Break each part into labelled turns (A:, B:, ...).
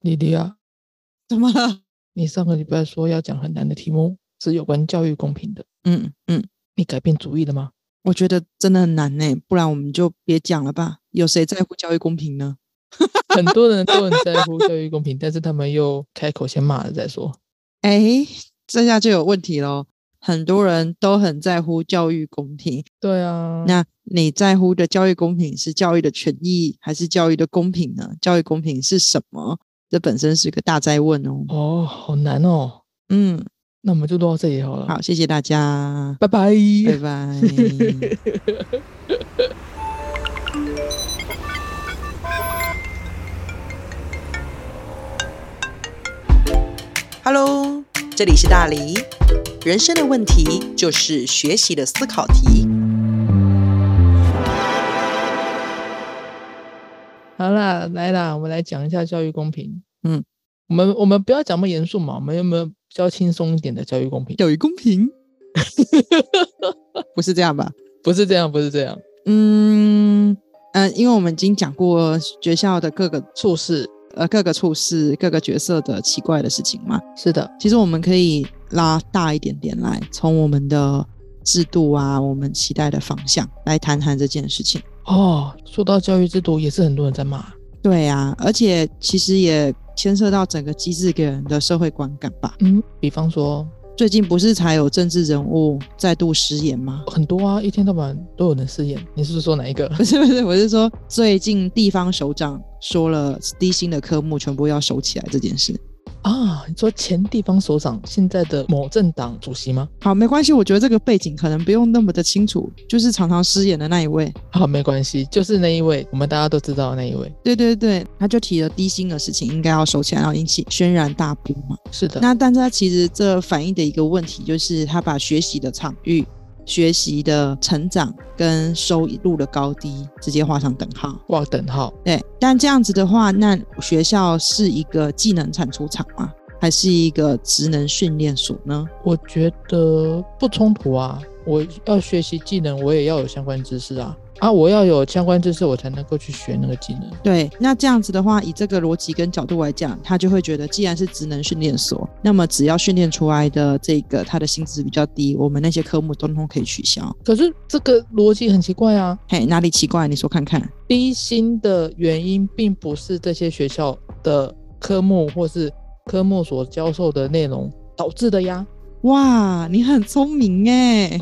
A: 莉莉啊，
B: 怎么了？
A: 你上个礼拜说要讲很难的题目，是有关教育公平的。
B: 嗯嗯，
A: 你改变主意了吗？
B: 我觉得真的很难呢、不然我们就别讲了吧。有谁在乎教育公平呢？
A: 很多人都很在乎教育公平，但是他们又开口先骂了再说。
B: 哎，这下就有问题喽。很多人都很在乎教育公平，
A: 对啊，
B: 那你在乎的教育公平是教育的权益，还是教育的公平呢？教育公平是什么？这本身是个大灾问哦。
A: 哦，好难哦。
B: 嗯，
A: 那我们就录到这里好了，
B: 好，谢谢大家，
A: 拜拜。
B: 拜拜。Hello，这里是大黎。人生的问题就是学习的思考题。
A: 好啦，来啦，我们来讲一下教育公平。
B: 嗯，
A: 我们我们不要讲那么严肃嘛，我们有没有比较轻松一点的教育公平？
B: 教育公 平，不是这样吧？
A: 不是这样，不是这样。
B: 嗯嗯、呃因为我们已经讲过学校的各个
A: 处事
B: 呃各个处事、各个角色的奇怪的事情嘛。
A: 是的，
B: 其实我们可以拉大一点点来，从我们的制度啊，我们期待的方向来谈谈这件事情。
A: 哦，说到教育制度，也是很多人在骂。
B: 对啊，而且其实也牵涉到整个机制给人的社会观感吧。
A: 嗯，比方说
B: 最近不是才有政治人物再度失 言吗？
A: 很多啊，一天到晚都有人失言。你是不是说哪一个？
B: 不是不是，我是说最近地方首长说了低薪的科目全部要收起来这件事。
A: 啊，你说前地方首长现在的某政党主席吗？
B: 好，没关系，我觉得这个背景可能不用那么的清楚，就是常常失言的那一位。
A: 好，没关系，就是那一位，我们大家都知道的那一位。
B: 对对对，他就提了低薪的事情应该要收起来，然后引起轩然大波嘛。
A: 是的，
B: 那但是他其实这反映的一个问题就是，他把学习的场域、学习的成长跟收入的高低直接画上等号。
A: 挂等号。
B: 对，但这样子的话，那学校是一个技能产出场吗？还是一个职能训练所呢？
A: 我觉得不冲突啊。我要学习技能，我也要有相关知识啊。啊，我要有相关知识，我才能够去学那个技能。
B: 对，那这样子的话，以这个逻辑跟角度来讲，他就会觉得，既然是职能训练所，那么只要训练出来的这个他的薪资比较低，我们那些科目通通可以取消。
A: 可是这个逻辑很奇怪啊。
B: 嘿，哪里奇怪？你说看看。
A: 低薪的原因并不是这些学校的科目或是科目所教授的内容导致的呀。
B: 哇，你很聪明哎！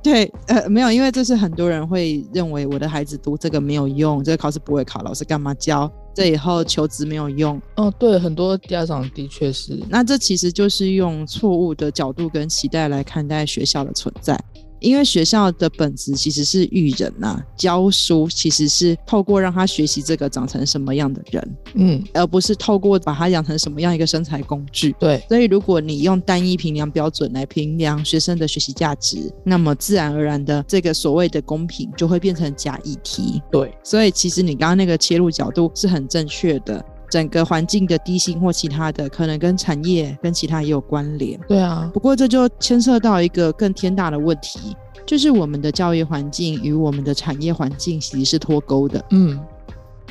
B: 对，呃，没有，因为这是很多人会认为我的孩子读这个没有用，这个考试不会考，老师干嘛教？这以后求职没有用。
A: 哦，对，很多家长的确是
B: 那这其实就是用错误的角度跟期待来看待学校的存在，因为学校的本质其实是育人呐、教书其实是透过让他学习这个长成什么样的人，
A: 嗯，
B: 而不是透过把他养成什么样一个身材工具。
A: 对，
B: 所以，如果你用单一评量标准来评量学生的学习价值，那么自然而然的，这个所谓的公平就会变成假议题。
A: 对，
B: 所以，其实你刚刚那个切入角度是很正确的。整个环境的低薪或其他的，可能跟产业跟其他也有关联。
A: 对啊，
B: 不过，这就牵涉到一个更天大的问题，就是我们的教育环境与我们的产业环境其实是脱钩的。
A: 嗯，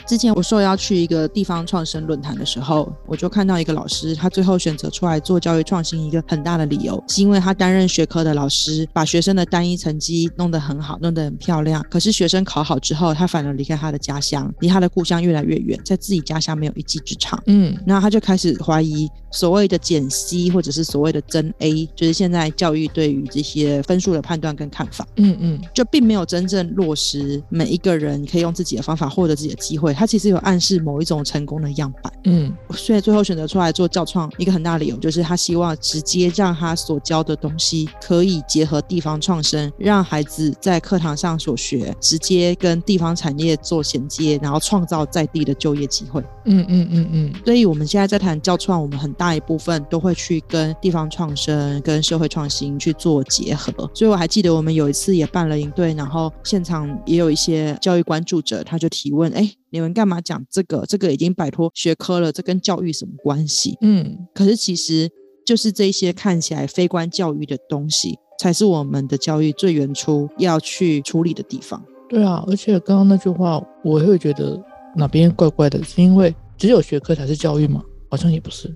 B: 之前我受邀去一个地方创生论坛的时候，我就看到一个老师，他最后选择出来做教育创新一个很大的理由，是因为他担任学科的老师，把学生的单一成绩弄得很好，弄得很漂亮。可是学生考好之后，他反而离开他的家乡，离他的故乡越来越远，在自己家乡没有一技之长。
A: 嗯，
B: 那他就开始怀疑所谓的减 C 或者是所谓的真 A，就是现在教育对于这些分数的判断跟看法。
A: 嗯嗯，
B: 就并没有真正落实每一个人可以用自己的方法获得自己的机会。他其实有暗示某一种成功的样板，
A: 嗯，
B: 所以最后选择出来做教创，一个很大的理由就是他希望直接让他所教的东西可以结合地方创生，让孩子在课堂上所学直接跟地方产业做衔接，然后创造在地的就业机会。
A: 嗯嗯嗯嗯，
B: 所以我们现在在谈教创，我们很大一部分都会去跟地方创生、跟社会创新去做结合。所以我还记得我们有一次也办了营队，然后现场也有一些教育关注者，他就提问：“哎，你们干嘛讲这个？这个已经摆脱学科了，这跟教育什么关系
A: 嗯，？”
B: 可是其实就是这些看起来非关教育的东西，才是我们的教育最原初要去处理的地方。
A: 对啊，而且刚刚那句话，我会觉得哪边怪怪的，是因为。只有学科才是教育吗？好像也不是。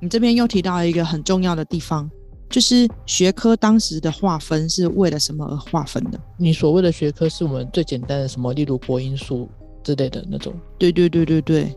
B: 你这边又提到一个很重要的地方，就是学科当时的划分是为了什么而划分的？
A: 你所谓的学科是我们最简单的什么，例如国英数之类的那种，
B: 对对对对对，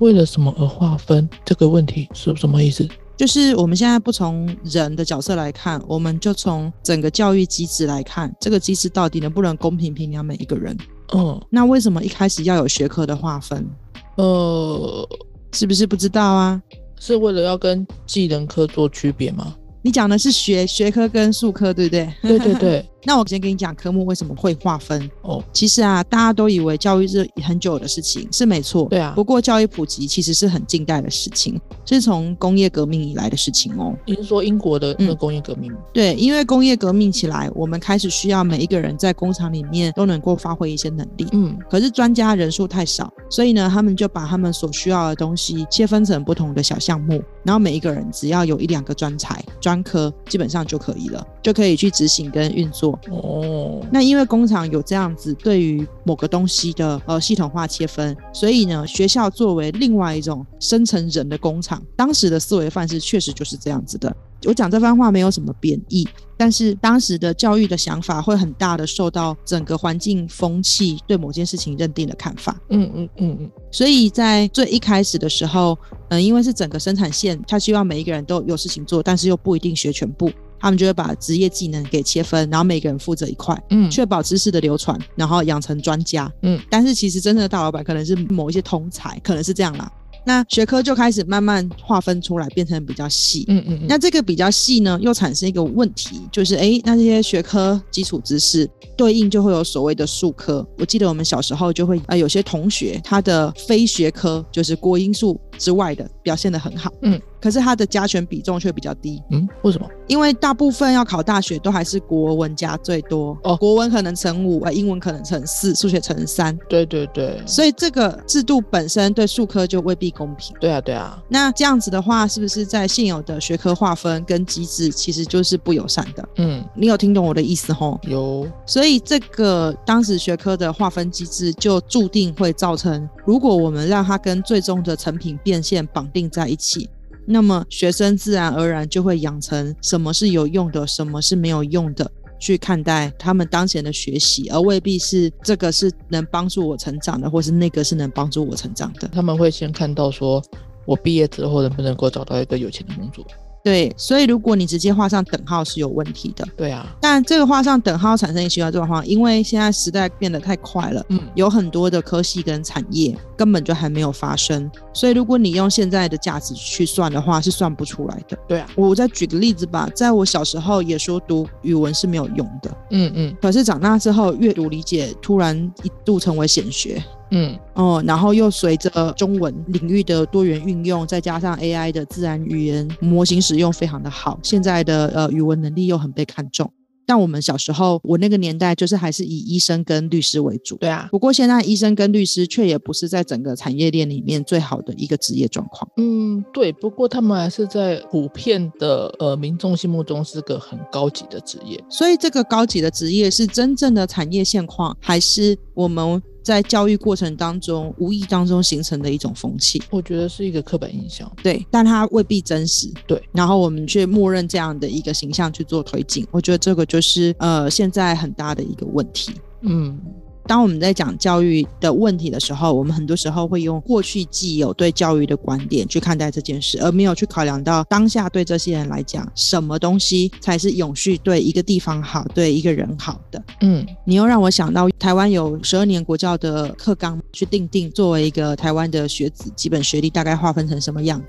A: 为了什么而划分这个问题是什么意思？
B: 就是我们现在不从人的角色来看，我们就从整个教育机制来看，这个机制到底能不能公平评量每一个人？
A: 嗯，
B: 那为什么一开始要有学科的划分？
A: 呃，
B: 是不是不知道啊？
A: 是为了要跟技能科做区别吗？
B: 你讲的是学学科跟术科，对不对？
A: 对对对，
B: 那我先跟你讲科目为什么会划分。
A: 哦，
B: 其实啊，大家都以为教育是很久的事情，是没错。
A: 对啊
B: 不过教育普及其实是很近代的事情，是从工业革命以来的事情哦。
A: 您说英国的那个
B: 嗯
A: 工业革命，
B: 对，因为工业革命起来，我们开始需要每一个人在工厂里面都能够发挥一些能力。
A: 嗯，
B: 可是专家人数太少，所以呢，他们就把他们所需要的东西切分成不同的小项目，然后每一个人只要有一两个专才、专科，基本上就可以了，就可以去执行跟运作。
A: 哦，
B: 那因为工厂有这样子对于某个东西的呃系统化切分，所以呢，学校作为另外一种生成人的工厂，当时的思维范式确实就是这样子的。我讲这番话没有什么贬义，但是当时的教育的想法会很大的受到整个环境风气对某件事情认定的看法。
A: 嗯嗯嗯嗯，
B: 所以在最一开始的时候，嗯、因为是整个生产线，他希望每一个人都有事情做，但是又不一定学全部，他们就会把职业技能给切分，然后每个人负责一块。
A: 嗯，
B: 确保知识的流传，然后养成专家。
A: 嗯，
B: 但是其实真正的大老板可能是某一些通才，可能是这样啦。那学科就开始慢慢划分出来，变成比较细。
A: 嗯嗯嗯，
B: 那这个比较细呢，又产生一个问题，就是诶，那这些学科基础知识对应就会有所谓的术科。我记得我们小时候就会，呃，有些同学他的非学科就是国英数之外的表现得很好，
A: 嗯，
B: 可是他的加权比重却比较低，
A: 嗯，为什么？
B: 因为大部分要考大学都还是国文加最多
A: 哦
B: 国文可能乘五，呃，英文可能乘四，数学乘三，
A: 对对对，
B: 所以这个制度本身对数科就未必公平。
A: 对啊对啊，
B: 那这样子的话，是不是在现有的学科划分跟机制其实就是不友善的？
A: 嗯，
B: 你有听懂我的意思吼？
A: 有，
B: 所以这个当时学科的划分机制就注定会造成，如果我们让它跟最终的成品变现绑定在一起，那么学生自然而然就会养成什么是有用的，什么是没有用的。去看待他们当前的学习，而未必是这个是能帮助我成长的，或是那个是能帮助我成长的。
A: 他们会先看到说我毕业之后能不能够找到一个有钱的工作。
B: 对，所以如果你直接画上等号是有问题的。
A: 对啊，
B: 但这个画上等号产生一些状况，因为现在时代变得太快了，
A: 嗯，
B: 有很多的科系跟产业根本就还没有发生，所以如果你用现在的价值去算的话，是算不出来的。
A: 对啊，
B: 我再举个例子吧，在我小时候也说读语文是没有用的，
A: 嗯嗯
B: 可是长大之后阅读理解突然一度成为显学。
A: 嗯，
B: 哦，然后又随着中文领域的多元运用，再加上 AI 的自然语言模型使用非常的好，现在的呃语文能力又很被看重。但我们小时候，我那个年代就是还是以医生跟律师为主。
A: 对啊，
B: 不过现在医生跟律师却也不是在整个产业链里面最好的一个职业状况。
A: 嗯对。不过他们还是在普遍的呃民众心目中是个很高级的职业。
B: 所以这个高级的职业是真正的产业现况，还是我们在教育过程当中无意当中形成的一种风气？
A: 我觉得是一个刻板印象。
B: 对，但它未必真实。
A: 对，
B: 然后我们却默认这样的一个形象去做推进，我觉得这个就是呃现在很大的一个问题。
A: 嗯，
B: 当我们在讲教育的问题的时候，我们很多时候会用过去既有对教育的观点去看待这件事，而没有去考量到当下对这些人来讲，什么东西才是永续对一个地方好、对一个人好的。
A: 嗯，
B: 你又让我想到台湾有十二年国教的课纲去定定，作为一个台湾的学子基本学历大概划分成什么样。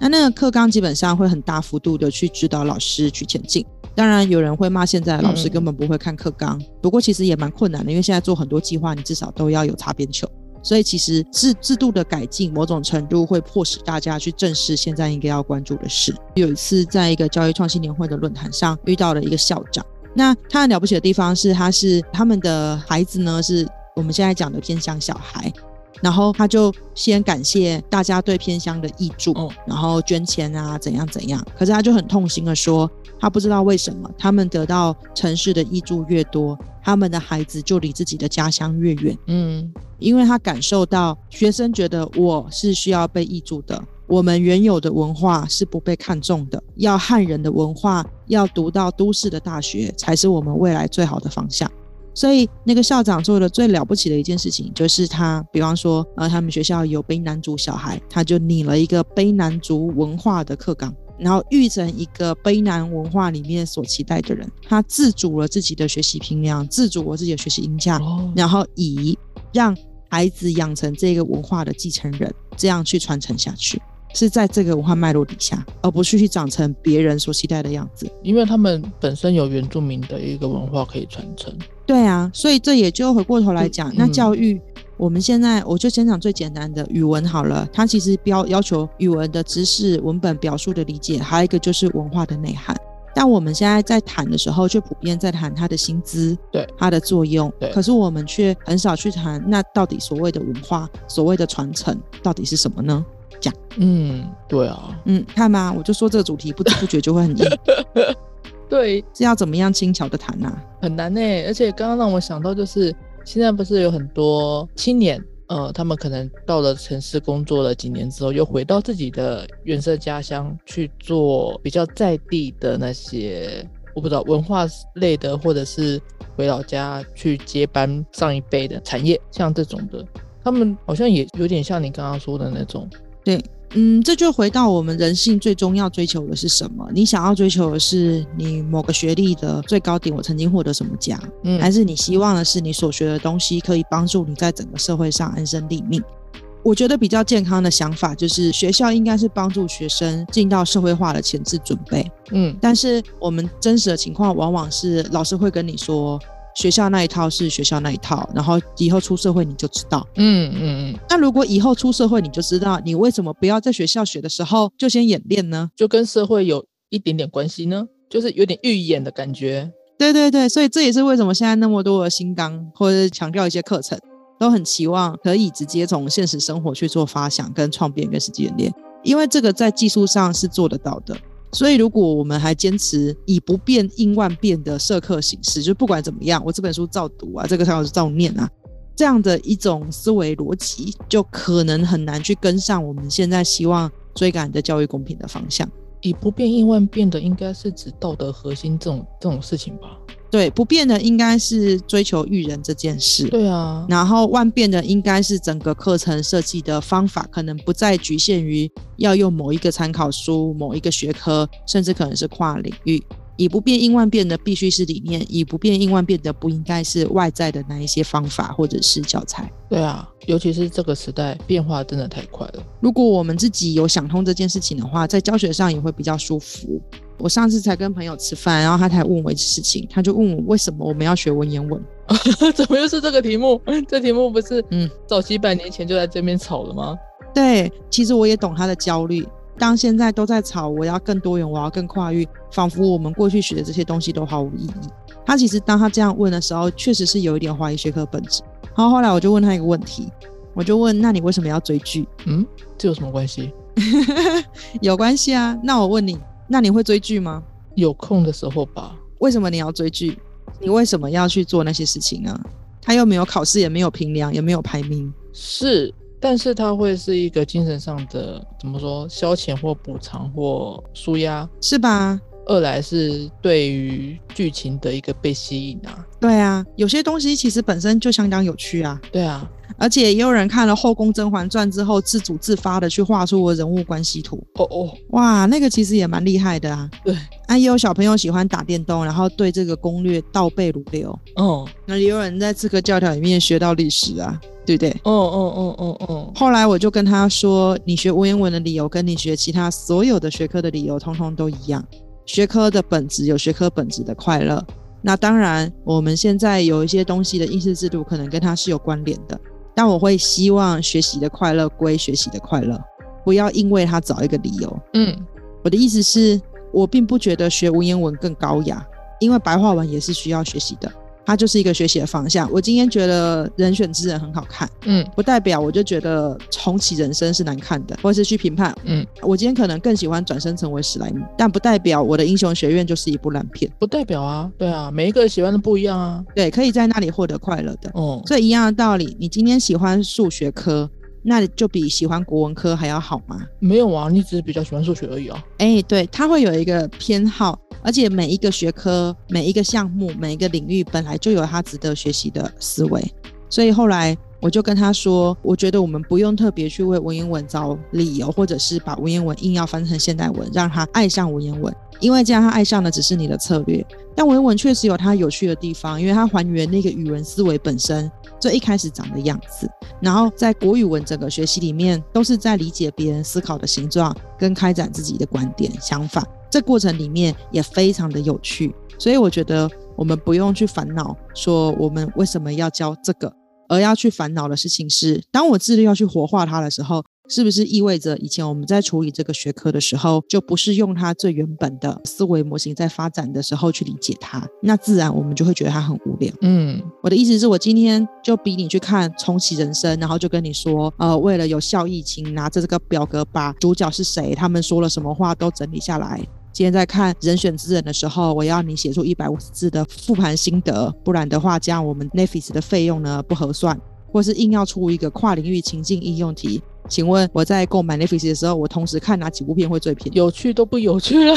B: 那那个课纲基本上会很大幅度的去指导老师去前进。当然，有人会骂现在的老师
A: 嗯
B: 根本不会看课纲，不过其实也蛮困难的，因为现在做很多计划，你至少都要有擦边球。所以其实制制度的改进，某种程度会迫使大家去正视现在应该要关注的事。有一次在一个教育创新年会的论坛上遇到了一个校长，那他很了不起的地方是，他是他们的孩子呢是我们现在讲的偏向小孩。然后他就先感谢大家对偏乡的益助，
A: 哦
B: 然后捐钱啊，怎样怎样。可是他就很痛心的说，他不知道为什么他们得到城市的益助越多，他们的孩子就离自己的家乡越远，
A: 嗯，
B: 因为他感受到学生觉得我是需要被益助的。我们原有的文化是不被看重的，要汉人的文化，要读到都市的大学，才是我们未来最好的方向。所以那个校长做的最了不起的一件事情，就是他，比方说，呃，他们学校有卑南族小孩，他就拟了一个卑南族文化的课纲，然后育成一个卑南文化里面所期待的人。他自主了自己的学习平量，自主了自己的学习音价，
A: 哦，
B: 然后以让孩子养成这个文化的继承人，这样去传承下去，是在这个文化脉络底下，而不是去长成别人所期待的样子。
A: 因为他们本身有原住民的一个文化可以传承，
B: 对啊，所以这也就回过头来讲，
A: 嗯
B: 那
A: 嗯
B: 教育。我们现在我就先讲最简单的语文好了，它其实标要求语文的知识、文本表述的理解，还有一个就是文化的内涵。但我们现在在谈的时候，却普遍在谈它的薪资，
A: 对
B: 它的作用，
A: 对
B: 可是我们却很少去谈，那到底所谓的文化、所谓的传承，到底是什么呢？
A: 嗯，对啊，
B: 嗯，看吧，我就说这个主题不知不觉就会很 硬，
A: 对，
B: 是要怎么样轻巧的谈啊呐、
A: 很难呢、而且刚刚让我想到，就是现在不是有很多青年，呃，他们可能到了城市工作了几年之后，又回到自己的原生家乡去做比较在地的那些，我不知道文化类的，或者是回老家去接班上一辈的产业，像这种的，他们好像也有点像你刚刚说的那种，
B: 嗯，这就回到我们人性最终要追求的是什么？你想要追求的是你某个学历的最高点，我曾经获得什么奖，
A: 嗯，
B: 还是你希望的是你所学的东西可以帮助你在整个社会上安身立命？我觉得比较健康的想法就是，学校应该是帮助学生进到社会化的前置准备。
A: 嗯，
B: 但是我们真实的情况往往是，老师会跟你说，学校那一套是学校那一套，然后以后出社会你就知道。
A: 嗯嗯嗯，
B: 那如果以后出社会，你就知道你为什么不要在学校学的时候就先演练呢？
A: 就跟社会有一点点关系呢，就是有点预演的感觉，
B: 对对对，所以这也是为什么现在那么多的新纲或者是强调一些课程，都很期望可以直接从现实生活去做发想、跟创变、跟实际演练，因为这个在技术上是做得到的。所以，如果我们还坚持以不变应万变的社课形式，就不管怎么样，我这本书照读啊，这个老师照念啊，这样的一种思维逻辑，就可能很难去跟上我们现在希望追赶的教育公平的方向。
A: 以不变应万变的，应该是指道德核心这种这种事情吧？
B: 对，不变的应该是追求育人这件事。
A: 对啊，
B: 然后万变的应该是整个课程设计的方法，可能不再局限于要用某一个参考书、某一个学科，甚至可能是跨领域。以不变应万变的必须是理念，以不变应万变的不应该是外在的那一些方法或者是教材。
A: 对啊，尤其是这个时代变化真的太快了。
B: 如果我们自己有想通这件事情的话，在教学上也会比较舒服。我上次才跟朋友吃饭，然后他才问我一件事情，他就问我为什么我们要学文言文。
A: 怎么又是这个题目？这题目不是
B: 嗯
A: 嗯，早几百年前就在这边吵了吗？
B: 对，其实我也懂他的焦虑。当现在都在吵我要更多元，我要更跨域，仿佛我们过去学的这些东西都毫无意义。他其实当他这样问的时候，确实是有一点怀疑学科本质。然后后来我就问他一个问题，我就问：那你为什么要追剧？
A: 嗯，这有什么关系？
B: 有关系啊。那我问你，那你会追剧吗？
A: 有空的时候吧。
B: 为什么你要追剧？你为什么要去做那些事情呢？他又没有考试，也没有评量，也没有排名。
A: 是，但是它会是一个精神上的怎么说消遣或补偿或舒压。
B: 是吧？
A: 二来是对于剧情的一个被吸引啊。
B: 对啊，有些东西其实本身就相当有趣啊。
A: 对啊，
B: 而且也有人看了《后宫甄嬛传》之后，自主自发的去画出我人物关系图，
A: 哦哦，
B: 哇，那个其实也蛮厉害的啊。
A: 对，
B: 啊，也有小朋友喜欢打电动，然后对这个攻略倒背如流。
A: 嗯，
B: 那也有人在这个教条里面学到历史啊，对不对？
A: 哦哦哦哦哦，
B: 后来我就跟他说，你学文言文的理由跟你学其他所有的学科的理由，通通都一样。学科的本质有学科本质的快乐。那当然，我们现在有一些东西的应试制度可能跟它是有关联的，但我会希望学习的快乐归学习的快乐，不要因为它找一个理由。
A: 嗯，
B: 我的意思是，我并不觉得学文言文更高雅，因为白话文也是需要学习的。它就是一个学习的方向。我今天觉得《人选之人》很好看，
A: 嗯
B: 不代表我就觉得重启人生是难看的，或是去评判。
A: 嗯，
B: 我今天可能更喜欢转身成为史莱姆，但不代表我的《英雄学院》就是一部烂片。
A: 不代表啊，对啊，每一个人喜欢的不一样啊，
B: 对，可以在那里获得快乐的。
A: 哦、
B: 所以一样的道理，你今天喜欢数学科，那你就比喜欢国文科还要好吗？
A: 没有啊，你只是比较喜欢数学而已啊，
B: 哎、对，它会有一个偏好，而且每一个学科、每一个项目、每一个领域本来就有它值得学习的思维，所以后来。我就跟他说，我觉得我们不用特别去为文言文找理由，或者是把文言文硬要翻成现代文，让他爱上文言文，因为这样他爱上的只是你的策略。但文言文确实有它有趣的地方，因为它还原那个语文思维本身最一开始长的样子。然后在国语文整个学习里面，都是在理解别人思考的形状，跟开展自己的观点想法。这过程里面也非常的有趣，所以我觉得我们不用去烦恼说我们为什么要教这个，而要去烦恼的事情是，当我致力要去活化它的时候，是不是意味着以前我们在处理这个学科的时候，就不是用它最原本的思维模型在发展的时候去理解它？那自然我们就会觉得它很无聊。
A: 嗯
B: 我的意思是我今天就逼你去看《重启人生》，然后就跟你说，呃，为了有效益，请拿着这个表格把主角是谁，他们说了什么话都整理下来。今天在看《人选之人》的时候，我要你写出一百五十字的复盘心得，不然的话，这样我们 n e f i s 的费用呢不合算，或是硬要出一个跨领域情境应用题。请问我在购买 n e f i s 的时候，我同时看哪几部片会最便宜？
A: 有趣都不有趣了，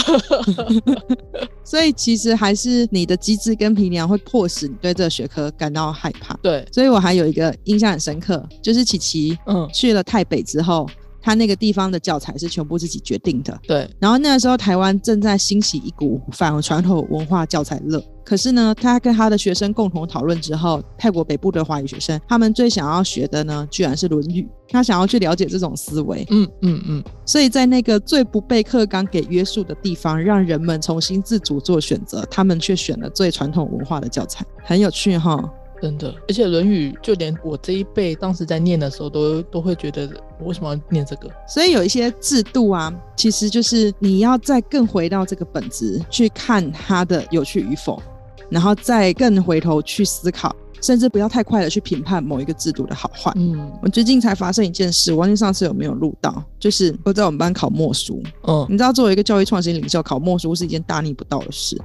B: 所以其实还是你的机制跟平量会迫使你对这个学科感到害怕。
A: 对，
B: 所以我还有一个印象很深刻，就是琪琪
A: 嗯
B: 去了台北之后，他那个地方的教材是全部自己决定的。
A: 对，
B: 然后那个时候台湾正在兴起一股反传统文化教材热，可是呢，他跟他的学生共同讨论之后，泰国北部的华语学生，他们最想要学的呢，居然是《论语》，他想要去了解这种思维，
A: 嗯嗯嗯，
B: 所以在那个最不被课纲给约束的地方，让人们重新自主做选择，他们却选了最传统文化的教材，很有趣哈、
A: 真的，而且《论语》就连我这一辈当时在念的时候都都会觉得，我为什么要念这个？
B: 所以有一些制度啊，其实就是你要再更回到这个本质去看它的有趣与否，然后再更回头去思考，甚至不要太快的去评判某一个制度的好坏。
A: 嗯
B: 我最近才发生一件事，我忘记上次有没有录到，就是我在我们班考默书。
A: 嗯，
B: 你知道，作为一个教育创新领袖，考默书是一件大逆不道的事。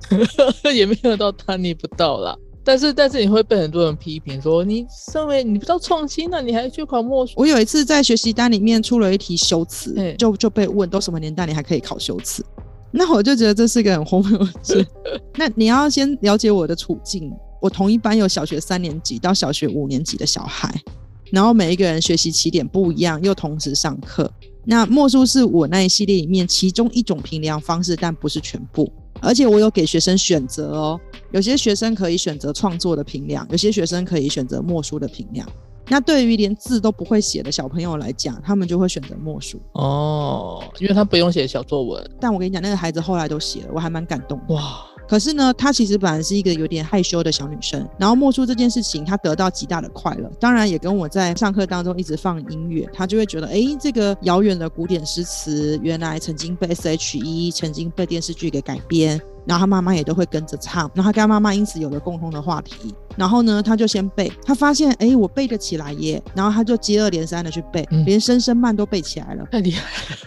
A: 也没有到他逆不到啦。但是但是你会被很多人批评说，你身为你不知道创新啊呢、你还去考默书？
B: 我有一次在学习单里面出了一题修辞
A: 嗯，
B: 就就被问都什么年代你还可以考修辞，那我就觉得这是一个很荒谬的事。那你要先了解我的处境，我同一班有小学三年级到小学五年级的小孩，然后每一个人学习起点不一样，又同时上课。那默书是我那一系列里面其中一种评量方式，但不是全部。而且我有给学生选择哦，有些学生可以选择创作的评量，有些学生可以选择默书的评量。那对于连字都不会写的小朋友来讲，他们就会选择默书。
A: 哦，因为他不用写小作文。
B: 但我跟你讲，那个孩子后来都写了，我还蛮感动的。
A: 哇，
B: 可是呢，她其实本来是一个有点害羞的小女生，然后默书这件事情，她得到极大的快乐。当然，也跟我在上课当中一直放音乐，她就会觉得，诶，这个遥远的古典诗词，原来曾经被 S.H.E，曾经被电视剧给改编。然后她妈妈也都会跟着唱，然后她跟她妈妈因此有了共同的话题。然后呢，她就先背，她发现，诶，我背得起来耶。然后她就接二连三的去背，
A: 嗯
B: 连《声声慢》都背起来了。
A: 太厉害了，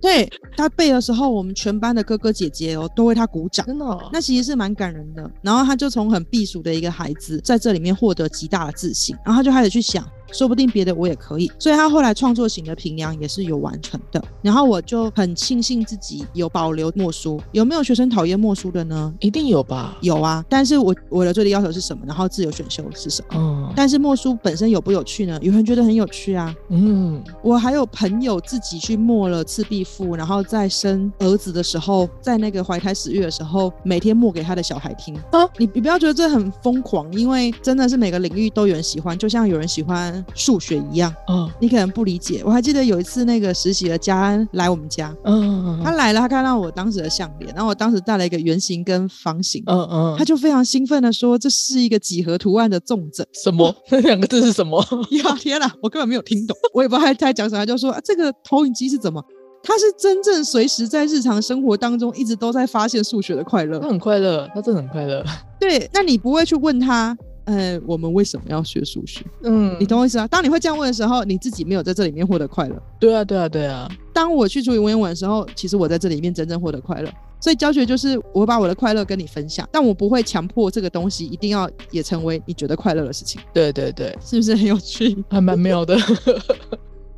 B: 对她背的时候，我们全班的哥哥姐姐哦，都为她鼓掌。
A: 真的哦、
B: 那其实是蛮感人的。然后他就从很避暑的一个孩子，在这里面获得极大的自信，然后他就开始去想，说不定别的我也可以。所以他后来创作型的评量也是有完成的。然后我就很庆幸自己有保留默书。有没有学生讨厌默书的呢？
A: 一定有吧？
B: 有啊，但是我我的最低要求是什么？然后自由选修是什么？
A: 嗯
B: 但是默书本身有不有趣呢？有人觉得很有趣啊，
A: 嗯，
B: 我还有朋友自己去默了《赤壁赋》，然后在生儿子的时候，在那个怀胎十月的时候，每天默给他的小孩听。
A: 啊
B: 你你不要觉得这很疯狂，因为真的是每个领域都有人喜欢，就像有人喜欢数学一样，
A: 哦
B: 你可能不理解。我还记得有一次那个实习的家安来我们家，
A: 嗯
B: 他
A: 嗯
B: 来了，他看到我当时的项链，然后我当时带了一个圆形跟方形，
A: 嗯嗯，
B: 他就非常兴奋的说这是一个几何图案的重整。
A: 什么？ 那两个字是什么？
B: 啊呀天哪，我根本没有听懂，我也不知道他在讲什么，他就说、啊、这个投影机是怎么。他是真正随时在日常生活当中一直都在发现数学的快乐
A: 他。很快乐，他真的很快乐。
B: 对，那你不会去问他，呃，我们为什么要学数学？
A: 嗯，
B: 你懂我意思啊？当你会这样问的时候，你自己没有在这里面获得快乐。
A: 对啊，对啊，对啊，
B: 当我去处理文言文的时候，其实我在这里面真正获得快乐。所以教学就是我会把我的快乐跟你分享，但我不会强迫这个东西一定要也成为你觉得快乐的事情，
A: 对对对，
B: 是不是很有趣？
A: 还蛮妙的。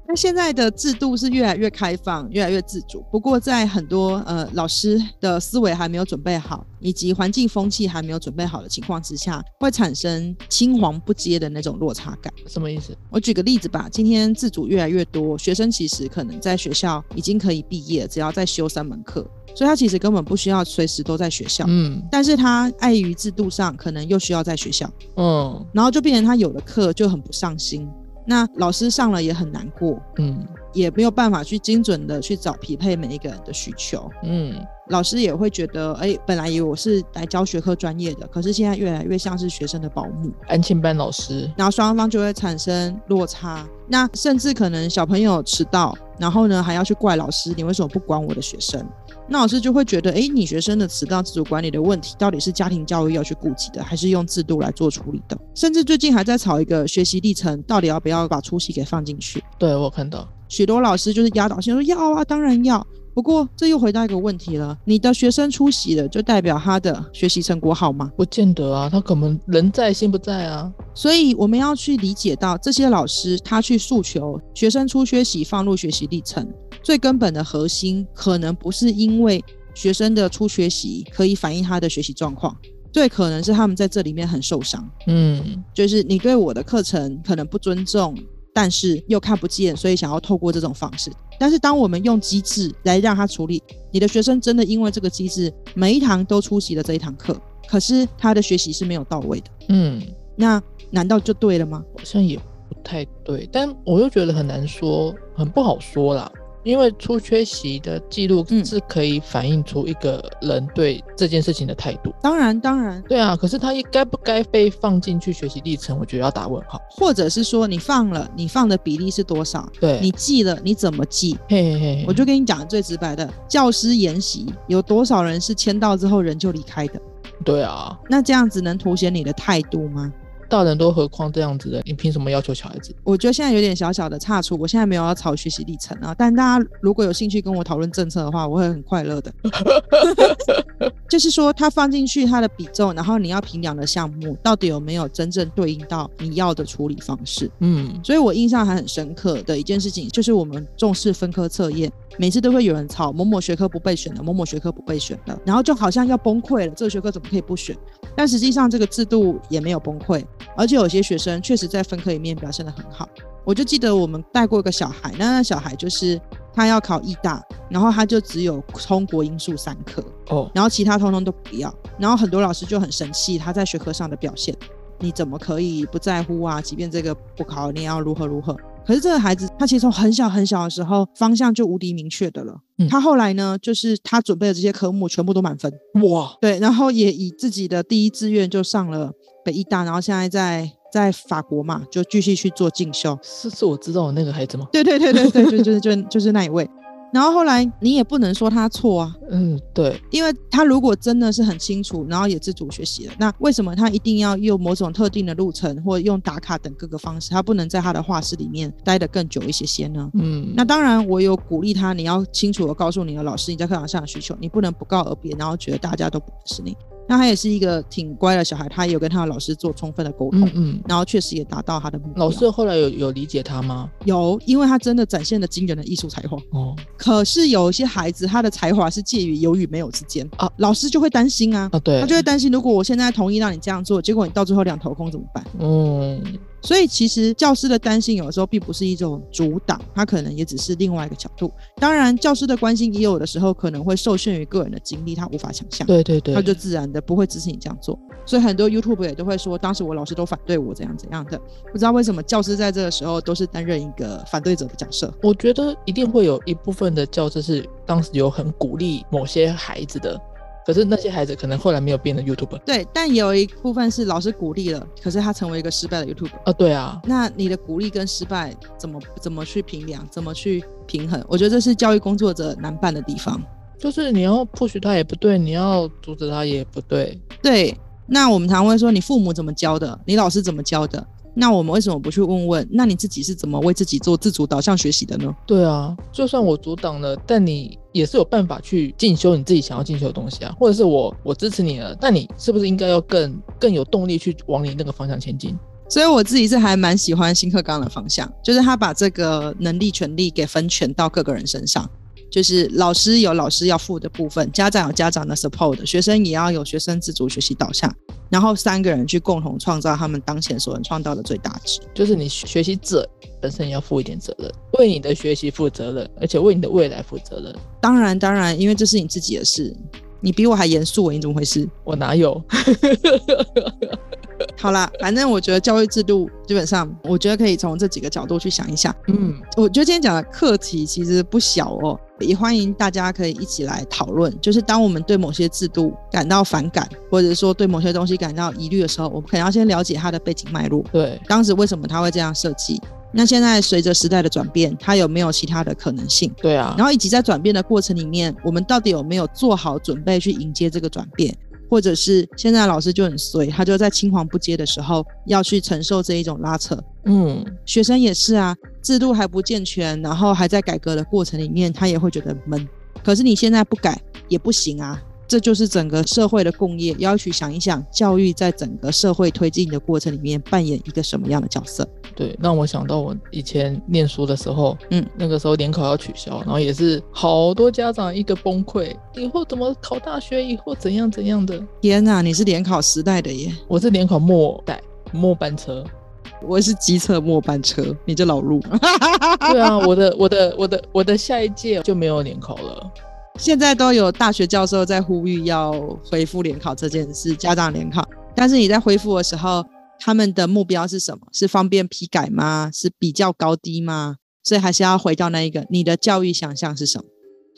B: 那现在的制度是越来越开放，越来越自主。不过，在很多呃老师的思维还没有准备好，以及环境风气还没有准备好的情况之下，会产生青黄不接的那种落差感。
A: 什么意思？
B: 我举个例子吧，今天自主越来越多，学生其实可能在学校已经可以毕业，只要再修三门课，所以他其实根本不需要随时都在学校。
A: 嗯
B: 但是他碍于制度上，可能又需要在学校，
A: 嗯
B: 然后就变成他有的课就很不上心，那老师上了也很难过，
A: 嗯
B: 也没有办法去精准的去找匹配每一个人的需求。
A: 嗯，
B: 老师也会觉得，哎、本来以为我是来教学科专业的，可是现在越来越像是学生的保姆。
A: 安庆班老师，
B: 然后双方就会产生落差。那甚至可能小朋友迟到，然后呢还要去怪老师，你为什么不管我的学生？那老师就会觉得，诶，你学生的迟到自主管理的问题，到底是家庭教育要去顾及的，还是用制度来做处理的？甚至最近还在吵一个学习历程，到底要不要把出席给放进去？
A: 对我有看到，
B: 许多老师就是压倒性说要啊，当然要。不过这又回到一个问题了，你的学生出席了，就代表他的学习成果好吗？
A: 不见得啊，他可能人在心不在啊。
B: 所以我们要去理解到，这些老师他去诉求学生出缺席放入学习历程，最根本的核心可能不是因为学生的出缺席可以反映他的学习状况，最可能是他们在这里面很受伤，
A: 嗯
B: 就是你对我的课程可能不尊重。但是又看不见，所以想要透过这种方式。但是当我们用机制来让他处理，你的学生真的因为这个机制每一堂都出席了这一堂课，可是他的学习是没有到位的。
A: 嗯，
B: 那难道就对了吗？
A: 好像也不太对，但我又觉得很难说，很不好说啦。因为出缺席的记录
B: 嗯
A: 是可以反映出一个人对这件事情的态度。
B: 当然，当然，
A: 对啊，可是他该不该被放进去学习历程，我觉得要打问号。
B: 或者是说你放了，你放的比例是多少？
A: 对，
B: 你记了，你怎么记？
A: 嘿嘿嘿，
B: 我就跟你讲最直白的，教师研习有多少人是签到之后人就离开的？
A: 对啊，
B: 那这样子能凸显你的态度吗？
A: 大人都何况这样子的，你凭什么要求小孩子？
B: 我觉得现在有点小小的差错，我现在没有要吵学习历程啊，但大家如果有兴趣跟我讨论政策的话，我会很快乐的。就是说，它放进去它的比重，然后你要评量的项目到底有没有真正对应到你要的处理方式。
A: 嗯
B: 所以我印象还很深刻的一件事情，就是我们重视分科测验，每次都会有人吵某某学科不被选了，某某学科不被选了，然后就好像要崩溃了，这个学科怎么可以不选？但实际上这个制度也没有崩溃，而且有些学生确实在分科里面表现得很好。我就记得我们带过一个小孩，那那小孩就是他要考艺大，然后他就只有通国英数三科，
A: 哦，
B: 然后其他通通都不要。然后很多老师就很生气他在学科上的表现，你怎么可以不在乎啊？即便这个不考，你也要如何如何。可是这个孩子，他其实从很小很小的时候方向就无敌明确的了。
A: 嗯
B: 他后来呢，就是他准备的这些科目全部都满分，
A: 哇，
B: 对，然后也以自己的第一志愿就上了北医大，然后现在在在法国嘛，就继续去做进修。
A: 是是我知道的那个孩子吗？
B: 对对对对对，就就是就就是那一位。然后后来你也不能说他错啊，
A: 嗯，对，
B: 因为他如果真的是很清楚，然后也自主学习了，那为什么他一定要用某种特定的路程或用打卡等各个方式，他不能在他的画室里面待得更久一些些呢？
A: 嗯，
B: 那当然，我有鼓励他，你要清楚的告诉你的老师你在课堂上的需求，你不能不告而别，然后觉得大家都不认识你。那他也是一个挺乖的小孩，他也有跟他的老师做充分的沟通，
A: 嗯嗯，
B: 然后确实也达到他的目标。
A: 老师后来有有理解他吗？
B: 有，因为他真的展现了惊人的艺术才华。
A: 哦
B: 可是有一些孩子，他的才华是介于有与没有之间
A: 啊
B: 啊，老师就会担心啊，
A: 啊，对，
B: 他就会担心，如果我现在同意让你这样做，结果你到最后两头空怎么办？
A: 嗯
B: 所以其实教师的担心有的时候并不是一种阻挡，他可能也只是另外一个角度。当然，教师的关心也有的时候可能会受限于个人的经历，他无法想象，
A: 对对对，
B: 他就自然的不会支持你这样做。所以很多 YouTube 也都会说，当时我老师都反对我怎样怎样的，不知道为什么教师在这个时候都是担任一个反对者的角色。
A: 我觉得一定会有一部分的教师是当时有很鼓励某些孩子的，可是那些孩子可能后来没有变成 YouTuber。
B: 对，但有一部分是老师鼓励了，可是他成为一个失败的 YouTuber。
A: 啊，对啊，
B: 那你的鼓励跟失败怎么怎么去评量，怎么去平衡？我觉得这是教育工作者难办的地方。
A: 就是你要 push 他也不对，你要阻止他也不对。
B: 对，那我们常会说你父母怎么教的，你老师怎么教的，那我们为什么不去问问？那你自己是怎么为自己做自主导向学习的呢？
A: 对啊，就算我阻挡了，但你也是有办法去进修你自己想要进修的东西啊，或者是我我支持你了，但你是不是应该要更更有动力去往你那个方向前进？
B: 所以我自己是还蛮喜欢新课纲的方向，就是他把这个能力、权利给分权到各个人身上，就是老师有老师要负的部分，家长有家长的 support，学生也要有学生自主学习导向，然后三个人去共同创造他们当前所能创造的最大值。
A: 就是你学习者本身也要负一点责任，为你的学习负责任，而且为你的未来负责任。
B: 当然，当然，因为这是你自己的事，你比我还严肃，你怎么回事？
A: 我哪有？
B: 好啦，反正我觉得教育制度基本上，我觉得可以从这几个角度去想一下。
A: 嗯，
B: 我觉得今天讲的课题其实不小哦，也欢迎大家可以一起来讨论。就是当我们对某些制度感到反感，或者说对某些东西感到疑虑的时候，我们可能要先了解它的背景脉络，
A: 对，
B: 当时为什么它会这样设计？那现在随着时代的转变，它有没有其他的可能性？
A: 对啊。
B: 然后以及在转变的过程里面，我们到底有没有做好准备去迎接这个转变？或者是现在老师就很衰，他就在青黄不接的时候要去承受这一种拉扯，
A: 嗯，
B: 学生也是啊，制度还不健全，然后还在改革的过程里面，他也会觉得闷。可是你现在不改也不行啊，这就是整个社会的共业，要去想一想教育在整个社会推进的过程里面扮演一个什么样的角色。
A: 对，让我想到我以前念书的时候，
B: 嗯，
A: 那个时候联考要取消，然后也是好多家长一个崩溃，以后怎么考大学，以后怎样怎样的。
B: 天哪，你是联考时代的耶，
A: 我是联考末代末班 车，
B: 我是机测末班车，你这老路。
A: 对啊，我的我的我的我的下一届就没有联考了。
B: 现在都有大学教授在呼吁要恢复联考这件事，家长联考。但是你在恢复的时候，他们的目标是什么？是方便批改吗？是比较高低吗？所以还是要回到那一个，你的教育想象是什么？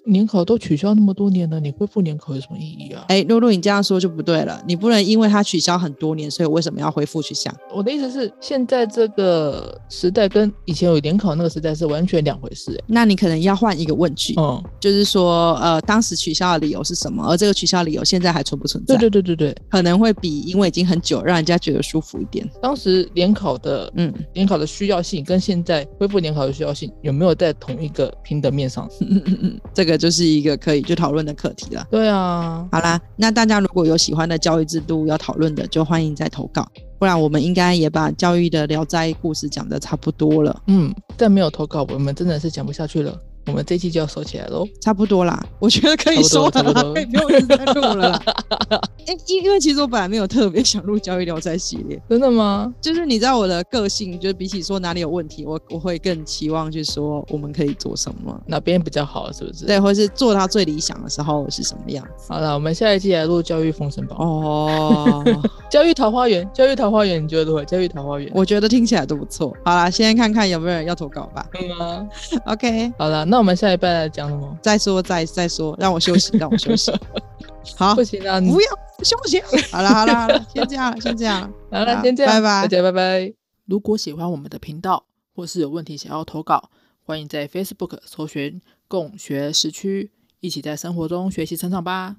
A: 联考都取消那么多年了，你恢复联考有什么意义啊？
B: 哎，露露，你这样说就不对了，你不能因为它取消很多年，所以为什么要恢复去想？
A: 我的意思是，现在这个时代跟以前有联考那个时代是完全两回事、欸。
B: 那你可能要换一个问句，
A: 嗯，
B: 就是啊说，呃，当时取消的理由是什么？而这个取消理由现在还存不存在？
A: 对对对对对，
B: 可能会比因为已经很久，让人家觉得舒服一点。
A: 当时联考的
B: 嗯，
A: 联考的需要性跟现在恢复联考的需要性有没有在同一个平等面上？
B: 嗯这个就是一个可以去讨论的课题了。
A: 对啊，
B: 好啦，那大家如果有喜欢的教育制度要讨论的，就欢迎再投稿。不然我们应该也把教育的《聊斋》故事讲的差不多了，
A: 嗯，但没有投稿，我们真的是讲不下去了，我们这一期就要收起来喽。
B: 差不多啦，我觉得可以说
A: 差
B: 了
A: 不
B: 啦
A: 多，
B: 可以不用一直在录了啦。哎、 因因为其实我本来没有特别想录教育《聊斋》系列，
A: 真的吗？
B: 就是你知道我的个性，就是比起说哪里有问题，我我会更期望去说我们可以做什么，
A: 哪边比较好？是不是？，
B: 对，或是做到最理想的时候是什么样子。
A: 好了，我们下一期来录教育封神榜哦，
B: 哦，
A: 教育桃花源，教育桃花源，你觉得如何？教育桃花源，
B: 我觉得听起来都不错。好啦，先看看有没有人要投稿吧。
A: 嗯啊，
B: OK，
A: 好了，那我们下一拜来讲什么？
B: 再说再再说，让我休息，让我休息。好
A: 不，行啊，你
B: 不要休息。好了好了好了，先这样了，先这样了。
A: 好了，
B: 好
A: 先这样，
B: 拜拜
A: 大家拜拜。如果喜欢我们的频道，或是有问题想要投稿，欢迎在 Facebook 搜寻“共学时区”，一起在生活中学习成长吧。